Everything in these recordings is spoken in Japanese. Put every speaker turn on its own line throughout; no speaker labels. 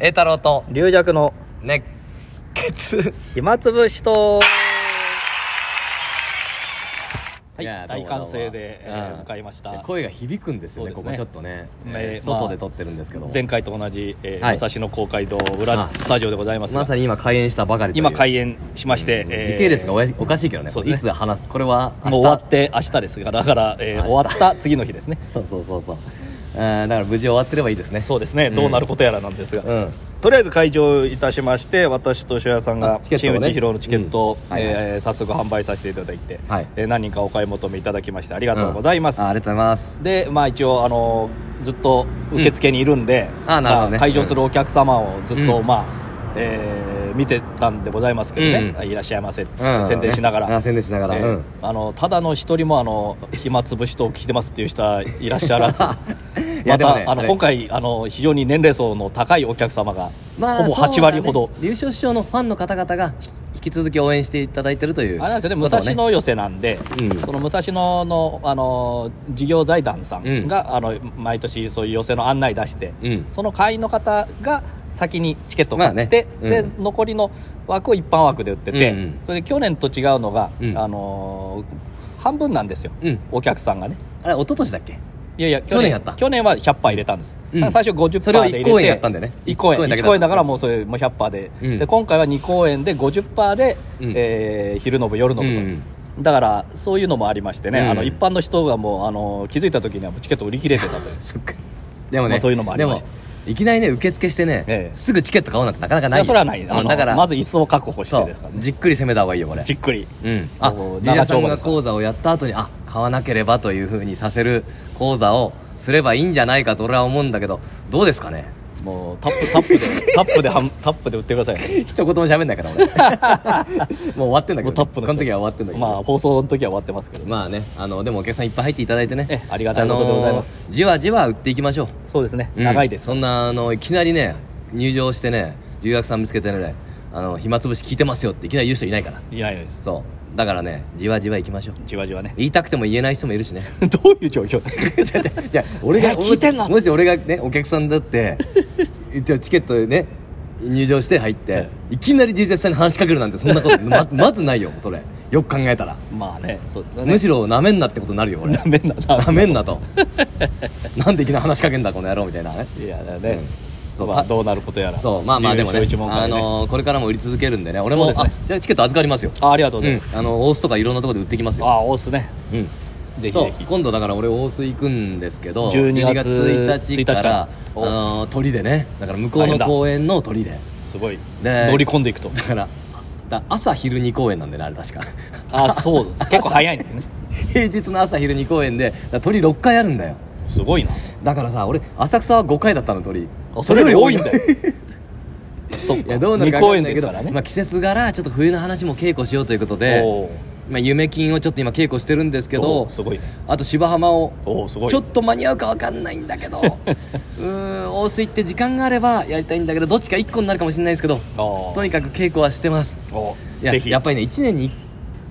栄太郎と
龍弱の
熱血
暇つぶしとはいい
やどうも
大歓声で、えー
うん
向かいました
声が響くんですよね
そう
こ
で
こ
すね
ちょっとね、
え
えー
ーまあ
外で撮ってるんですけども
前回と同じ、えー
はい
武蔵野公会堂
あ
裏スタジオでございますが
まさに今開演したばかりという
今開演しまして、
うん
えー
時系列がおやおかしいけどね
そうですね
いつ話すこれは明日
もう終わって明日ですがだから、えー
明日
終わった次の日ですね
そうそうそうそううんだから無事終わってればいいですね
そうですね、
ん
どうなることやらなんですが、
うん
とりあえず会場いたしまして私と塩谷さん
あ
が
チケットを
新
ね
内広のチケットを、
うんはいはい
えー早速販売させていただいて、
はい
えー何人かお買い求めいただきましてありがとうございます、
あありがとうございます
で、まあ、一応、あのずっと受付にいるんで、
うんあなるほどね
ま会場するお客様をずっと、
うん
まあえー見てたんでございますけどね、
うん
いらっしゃいませ、って
うん
宣伝しながら。
あ宣伝しながら、
えー
うん
あのただの一人もあの暇つぶしと聞いてますっていう人はいらっしゃらず
いや
ま
でも
た、
ね
あの
あれ
今回あの非常に年齢層の高いお客様が、
まあ
ほぼ8割ほど、
そうだね優勝師匠のファンの方々が引き続き応援していただいてるという
あれなんですよね
こ
武
とを
蔵野寄せなんで、
うん
その武蔵野のあの事業財団さんが、あの毎年そういう寄せの案内出して、
うん
その会員の方が先にチケットを買って、
まあねうん
で残りの枠を一般枠で売ってて、
うんうん
それで去年と違うのが、
うん
あのー半分なんですよ、
うん
お客さんがね
あれ一昨年だっけ
いやいや
去年やった
去年は100杯入れたんです、
うん
さ最初50
それを
杯で入れて
1公演やったんだよね
1公
一
演
公演だけだ
一公演だからもうそれもう100%で,、
うん
で今回は2公演で50%で、
うん
えー昼の部夜の部と、
うん
だからそういうのもありましてね、
うん
あの一般の人がもうあの気づいた時にはもうチケット売り切れてたという
でもね、
まあそういうのもありました
でもいきなりね受付してね、
ええ
すぐチケット買おうなんてなかなか
い
ない
や
よ
それはないあ
うん
の
だから
まず椅子を確保して
そう
ですからね
じっくり攻めた方がいいよこれ
じっくり
うんあ
こう
リラ
長
さん
丁場
が
ですから
講座をやった後にあ買わなければというふうにさせる講座をすればいいんじゃないかと俺は思うんだけどどうです かね
もうタップタップでタップ ではんタップで売ってくださいね
一言も喋んないから俺 もう終わってんだけどね、
もうタップの人
この時は終わってんだけど
まあ放送の時は終わってますけど、
まあねあのでもお客さんいっぱい入っていただいてね
ええありがたいことでございます
あのーじわじわ売っていきましょう
そうですね
うん
長いです、
そんなあのいきなりね入場してね留学さん見つけてねあの暇つぶし聞いてますよっていきなり言う人いないから
いないです
そうだからねじわじわ行きましょう
じわ じわね
言いたくても言えない人もいるしね
どういう状況
じゃあ俺が
え聞いてんの
もし俺がねお客さんだって 一応チケットでね入場して入って、い、きなり留学さんに話しかけるなんてそんなことままずないよそれよく考えたら、
まあねそうですね
むしろなめんなってことになるよ俺
ダメだな
なめんなと なんでいきなり話しかけんだこの野郎みたいなね
いやだね、
そう
まあ、
た
どうなることやら
そうまあまあでもね
龍一門会
あ
ね
のーこれからも売り続けるんでね俺も、
そうです
あ
ね
じゃあチケット預かりますよ
あありがとうございます、
うんあの大須とかいろんなところで売ってきますよ
ああ押すね
うん
ぜひ
そう
ぜひ
今度だから俺大須行くんですけど
12
12
月
月1日か
1日から
らあのー鳥でねだから向こう
大変
の
だ
公園の鳥です
ごい
で
乗り込んでいく と
だからだ朝昼2公演なんでねあれ確か
ああそうです結構早いんだよね
平日の朝昼2公演でだから鳥6回あるんだよ
すごいな
だからさ俺浅草は5回だったの鳥
あそれより多いんだよそっ
い
か
やどうなるか
二
わかん
公演
ないけ
です
ど、
からね、
まあ、季節柄ちょっと冬の話も稽古しようということで
おー
まあ、夢金をちょっと今稽古してるんですけ
お
ど
ーすごいね
あと芝浜を
おおすごい
ちょっと間に合うか分かんないんだけ どうーん大須行って時間があればやりたいんだけどどっちか1個になるかもしれないですけど
あー
とにかく稽古はしてます
お
いや
ぜひ
やっぱりね1年に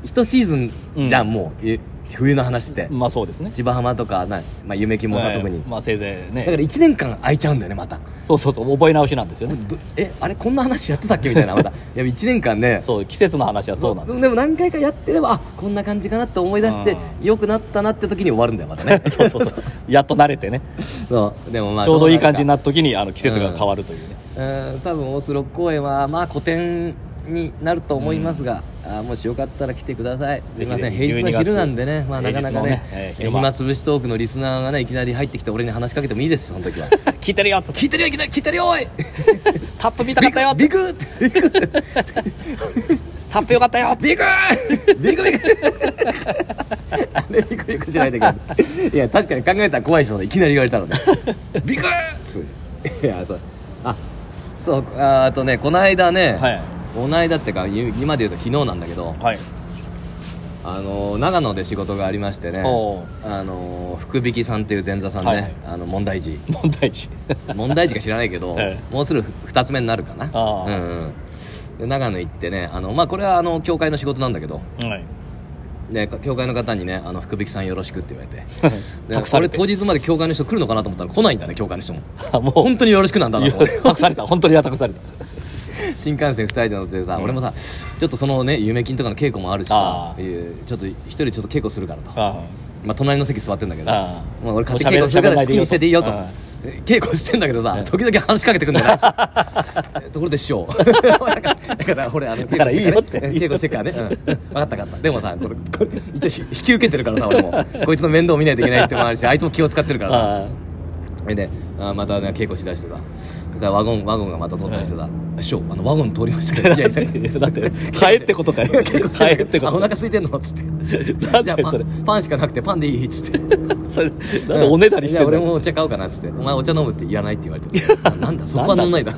1シーズンじゃん、
うん
もうえ冬の話って、
まあそうですね
芝浜とかな、まあ、夢金もさ、特に
えーまあせいぜい
だから
ね
1年間空いちゃうんだよねまた
そうそうそう覚え直しなんですよね
どえあれこんな話やってたっけみたいな またいや1年間ね
そう季節の話はそうなんです
でも何回かやってればあこんな感じかなって思い出して
う
良くなったなって時に終わるんだよまた ね
そうそうそうやっと慣れてね
そうでもまあ
ちょうどいい感じにな
っ
った時にあの季節が変わるというね、
うん多分オス6公演はまあ古典になると思いますが、あもしよかったら来てくださいすい
ぜひぜひ
ません平日の昼なんでね、まあ、な
平
か
日の
な
ね
かね
えー昼間
暇つぶしトークのリスナーがねいきなり入ってきて俺に話しかけてもいいですそ の時は
聞いてるよと
聞いてるよいきなり聞いてるよおい
タップ見たかったよ
ビクッビクッ
タップよかったよ
ビクービクビクあれビクビクしないでけどいや確かに考えたら怖い人だいきなり言われたのねビクーいやそうあそうああとねこの間ね、
はい
この間ってかゆ今で言うと昨日なんだけど
はい
あの長野で仕事がありましてね
おう
あの福引さんっていう前座さんね、
はいはい
あの問題児
問題児
問題児か知らないけど、
え
もうすぐ2つ目になるかな
あー
うんうんで長野行ってねあの、まあ、これはあの教会の仕事なんだけど
はい
ね、か教会の方にねあの福引さんよろしくって言われて で
託されて
俺当日まで教会の人来るのかなと思ったら来ないんだね教会の人も
あ もう
本当によろしくなんだなと思って
託された本当に託された
新幹線2人で乗ってさ、
うん
俺もさちょっとそのね夢金とかの稽古もあるしさ
ああ
いうちょっと一人ちょっと稽古するからと
あ
まあ、隣の席座ってんだけど
ああ
まあ、俺勝手に稽古するから好きにしてていいよと
喋らない
稽古してんだけどさ
うん
時々話しかけてくんだよな ところで師匠だから俺あの稽古して
だからいいよって
からね稽古してっからね、うん、分かった分かったでもさこれこれ一応引き受けてるからさ俺もこいつの面倒見ないといけないってもあるしあいつも気を使ってるからさ
あ
それであまた、ね、稽古しだしてさだからワゴンワゴンがまた通ったりしてさ、師匠あのワゴン通りま したけどいやいや
いやだって買えってことかよ
稽古してる
買えってこと
あお腹空いてんのっつって
なん
じゃあ
だよ
パ
それ
ンパンしかなくてパンでいいっつって
それなんでおねだりしてん
いや
だ
俺
よ
もお茶買おうかなっつって「お前お茶飲むっていらない」って言われてあなんだそこはなんないだ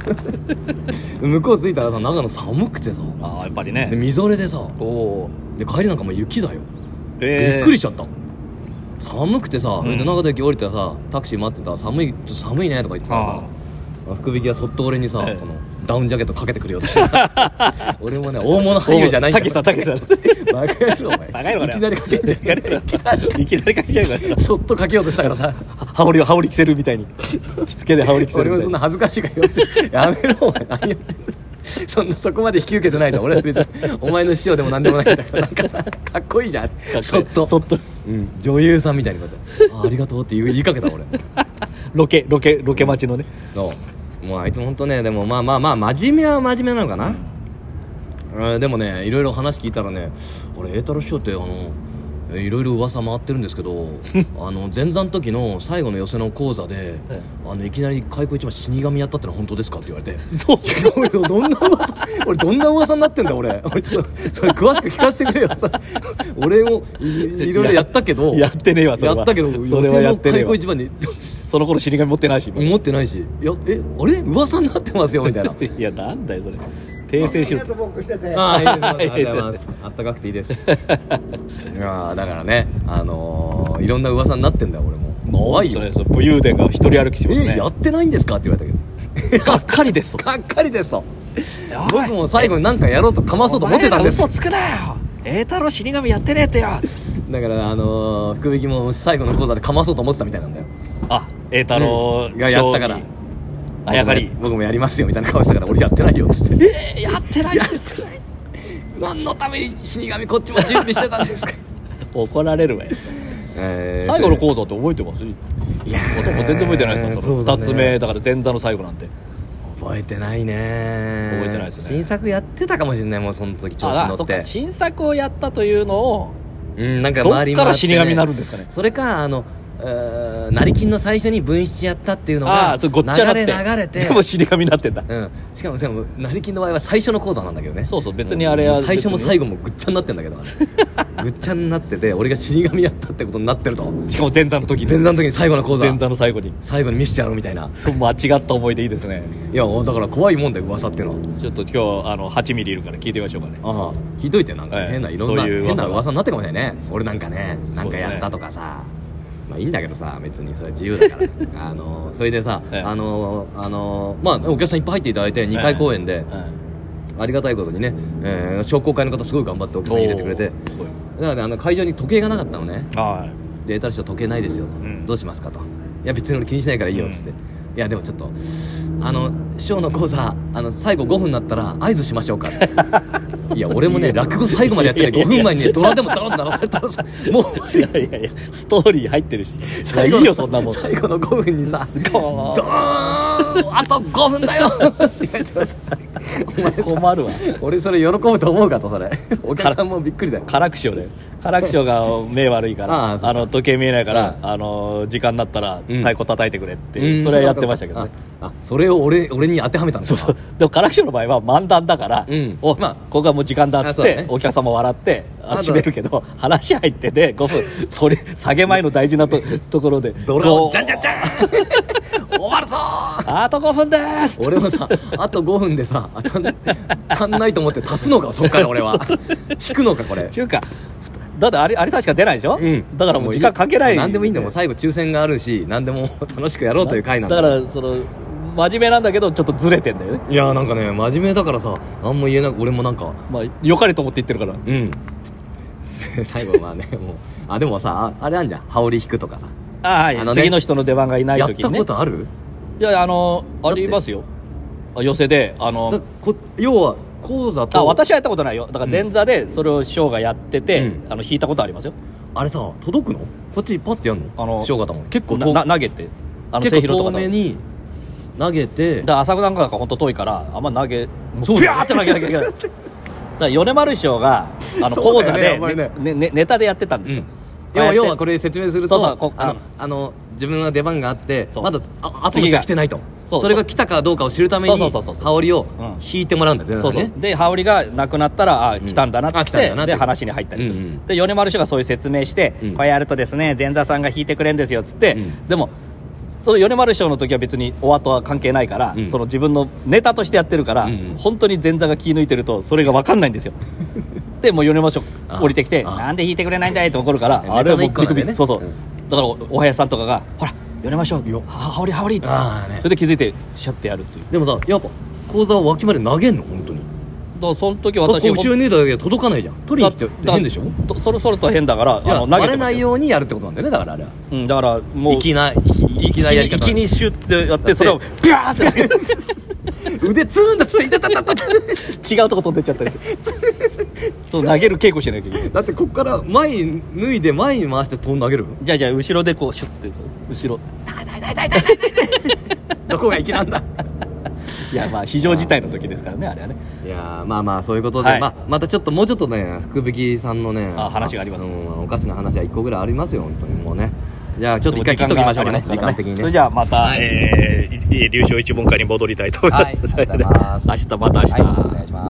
向こう着いたらさ長野寒くてさ
ああやっぱり
で
ね
みぞれでさ
おおー
で帰りなんかもう雪だよ、
えー
びっくりしちゃった寒くてさ、
うん
で長野駅降りてさタクシー待ってたら寒いちょっと寒いねとか言ってたらさ福引きはそっと俺にさ、
ええ
このダウンジャケットかけてくれようとして さ俺もね大物俳優じゃない
たけしさんたけしさん
バカ野郎お前
高いのかない
きなりかけんじゃん
いきなりいきなりかけちゃうから
そっとかけようとしたからさ
羽織を羽織着せるみたいに着付けで羽織着せ
俺
るみ
はそん
たいに
な恥ずかしいからよってやめろお前何やってんのそんなそこまで引き受けてないと俺は別にお前の師匠でも何でもないんだ からなんかさかっこいいじゃんそっと
そっと
うん、女優さんみたいにこうやってあありがとう」って言う言いかけた俺
ロケロケロケ待ちのね
そうもうあいつ本当ねでもまあまあまあ真面目は真面目なのかな、えーでもねいろいろ話聞いたらね俺栄太郎師匠ってあのえーいろいろ噂回ってるんですけ どあの前座の時の最後の寄せの講座で、
え
あのいきなり開口一番死神やったってのは本当ですかって言われて
そう
俺どんな噂俺どんな噂になってんだ俺俺ちょっとそれ詳しく聞かせてくれよ さ俺もいいろいろやったけど
ややってねえわそれは
やったけど
それはやってねえ
寄
わ
せの開口一番に
その頃死神持ってないし今
思ってないし「いやえあれ噂になってますよ」みたいな
いやなんだよそれ訂正しろと
あ
あ
あい
ー
いですありがと うございますあったかくていいです いやーだからねあのーいろんな噂になってんだよ俺も怖いよ
それそれ武勇伝が一人歩きします
え
ね
やってないんですか?」って言われたけ
がっかりで す
どがっかりですと
やばい
僕も最後になんかやろうとかまそうと思ってたんです
お前ら嘘つくなよ栄太郎死神やってねえってよ
だからあのー福引きも最後の講座でかまそうと思ってたみたいなんだよ
あ栄太郎
うんがやったから
将棋あやかり
僕も僕もやりますよみたいな顔したから俺やってないよっつって
えー、やってないんです
何のために死神こっちも準備してたんですか、
怒られるわよ
えー
最後の講座って覚えてますい
やー
全然覚えてないですよそ
そ
の
うだ
2
ね
つ目だから前座の最後なんて
覚えてないね
覚えてないですね
新作やってたかもしれないもうその時調子
ああ
乗
そ
っ
っか
て
新作をやったというのを
うんなんか
どっ
周り
から死神になるん
ん
ですかね
それかあのうー成金の最初に分室やったっていうの
あ
が
あそれごっちゃなっ
流
て
れ流れて
でも死神になってんだ
うん、しかもでも成金の場合は最初の講座なんだけどね
そうそう別にあれは
もう最初も
別に
最後もぐっちゃになってんだけどあれぐっちゃになってて俺が死神やったってことになってると
しかも前座の時に
前座の時に最後の講座
前座の最後に
最後に見せてやろうみたいな
そう間違った思いでいいですね
いやだから怖いもんだよ噂ってのは
ちょっと今日あの8ミリいるから聞いてみましょうかね
ああひどいってなんか
ええ
変ないろんな
そういう
変
噂が
な噂になってるかもしれないね俺なんかねなん
そう
か
ですね
やったとかさまあいいんだけどさ別にそれは自由だからあのそれでさ
ええ
あのあのまあお客さんいっぱい入っていただいて2回公演でありがたいことにねえー商工会の方すごい頑張ってお客さん入れてくれてだからねあの会場に時計がなかったのね
はい
で「得た人時計ないですよ」
ん
どうしますか?」と「いや別に俺気にしないからいいよ」っつって「いやでもちょっとあの師匠の講座あの最後5分になったら合図しましょうか」って いや俺もね落語最後までやってない
いや
5
い
分
やいや
前にねドラでもドランと鳴らされたらさもう
いやいやいやストーリー入ってるしいやい
の
いよそんなもん
最後の5分に さ「
こ
ドーンあと5分だよ!」 って言われてさお前
う困るわ
俺それ喜ぶと思うかとそれお客さんもびっくりだよ
辛口をね辛口をが目悪いか
ああ
ら
そう
あの時計見えないから
う
あの時間になったら
うん
太鼓叩いてくれって
う
い
ん
うそれはやってましたけどね
ああそれを俺俺に当てはめたんだ
そうそうでも辛口の場合は漫談だから
うん
お
まあ
ここはもう時間だっつ
あそ
っ
うだね
てお客様笑ってあ
あと
閉めるけど話入ってて5分取り下げ前の大事なとところで
ドラを
こう
じゃんじゃんじ ゃん終わるぞー
あと5分でーす
俺もさあと5分でさ足ん足んないと思って足すのかそっから俺は引くのかこれ
中華だってあれあれさんしか出ないでしょ、
うん
だからもう時間かけない
何でもいいんだもん最後抽選があるし何でも楽しくやろうという回なんだ
だからその真面目なんだけどちょっとずれてんだよね
いやーなんかね真面目だからさあんま言えなく俺もなんか
まあ良かれと思って言ってるから
うん 最後はねもうあでもさああれあんじゃん羽織引くとかさ
あはい
あのね
次の人の出番がいない
やっ
時
た
にね
ことある
いやあのありますよあ寄せであ
だ
の
こ要は講座と
あ私はやったことないよだから前座でそれを師匠がやってて、
うん
あの引いたことありますよ
あれさ届くのこっちにパッてやんの
あの
師匠方も結構
な
遠
な投げてあの
結
末
構
広と
遠
か
め
だ
に投げて
から浅草なんかが本当遠いからあんま投げもう
そう
ピ
だよ
ャーって投げなきゃいけないだから米丸師匠があの
そう
講
だよ
座
ね
で
お前
ね、
ね
ねねネタでやってたんですよ、
要
あや
は
って
要はこれ説明すると
そうそうこ
あ
うん
のあの自分は出番があって
そう
まだあ後の人が来てないと
そうそう
それが来たかどうかを知るために
そうそうそうそう
羽織を
うん
引いてもらうんだよね
そうそう、
だからね
で羽織がなくなったらあ来たんだな
あ
っ
来
て,、
たんだなって
で話に入ったりする、
うんうん
で米丸師匠がそういう説明して、
うん
これやるとですね前座さんが弾いてくれるんですよっつって、
うん
でもその米丸師匠の時は別にお後は関係ないから、
うん
その自分のネタとしてやってるから、
うんうん
本当に前座が気抜いてるとそれが分かんないんで すよでもう米丸師匠
あ
降りてきて「
あ
なんで弾いてくれないんだい」って怒るか
ネ
ら
タの
あれはもう
一個なんだよね
そうそう、
うん
だからおおはやさんとかが「ほら米丸師匠は羽織羽織」っつって、
あーね
それで気づいてシャッてやるっていう
でもさやっぱ講座を脇まで投げんの本当に
だからその時
だから
私
こう後ろに出ただけで届かないじゃん取りに来て
だ
変でしょ
だそろそろと変だから
いや
あの投げ
バ
て
レな
ます
い
よ、
ようにやるってことなんだよねだからあれは
うん、だからもう
いきなりいきなりやり方
一気にシュッてやってそれを
だ
ピャーって
腕ツーンだつっていたたたたた
違うとこ飛んでっちゃったり してそう投げる稽古しなきゃいけない
だってこっから前に脱いで前に回して飛んであげ る
じゃあじゃあ後ろでこうシュッて後ろ
どこが粋なんだ
いやまあ非常事態の時ですからねあれはね
いやーまあまあそういうことで、
はい
まあ、またちょっともうちょっとね福引きさんのね
あ話がありますか
うんおかしな話は1個ぐらいありますよ本当にもうねじゃあちょっと一回切っときましょうかね
時
時
間があ
間
りますか
的
ら
にね
それじゃあまた、
はい
えー流暢一問会に戻りたいと思います、
はいありがとうございます
明日また明日、
はいお願いします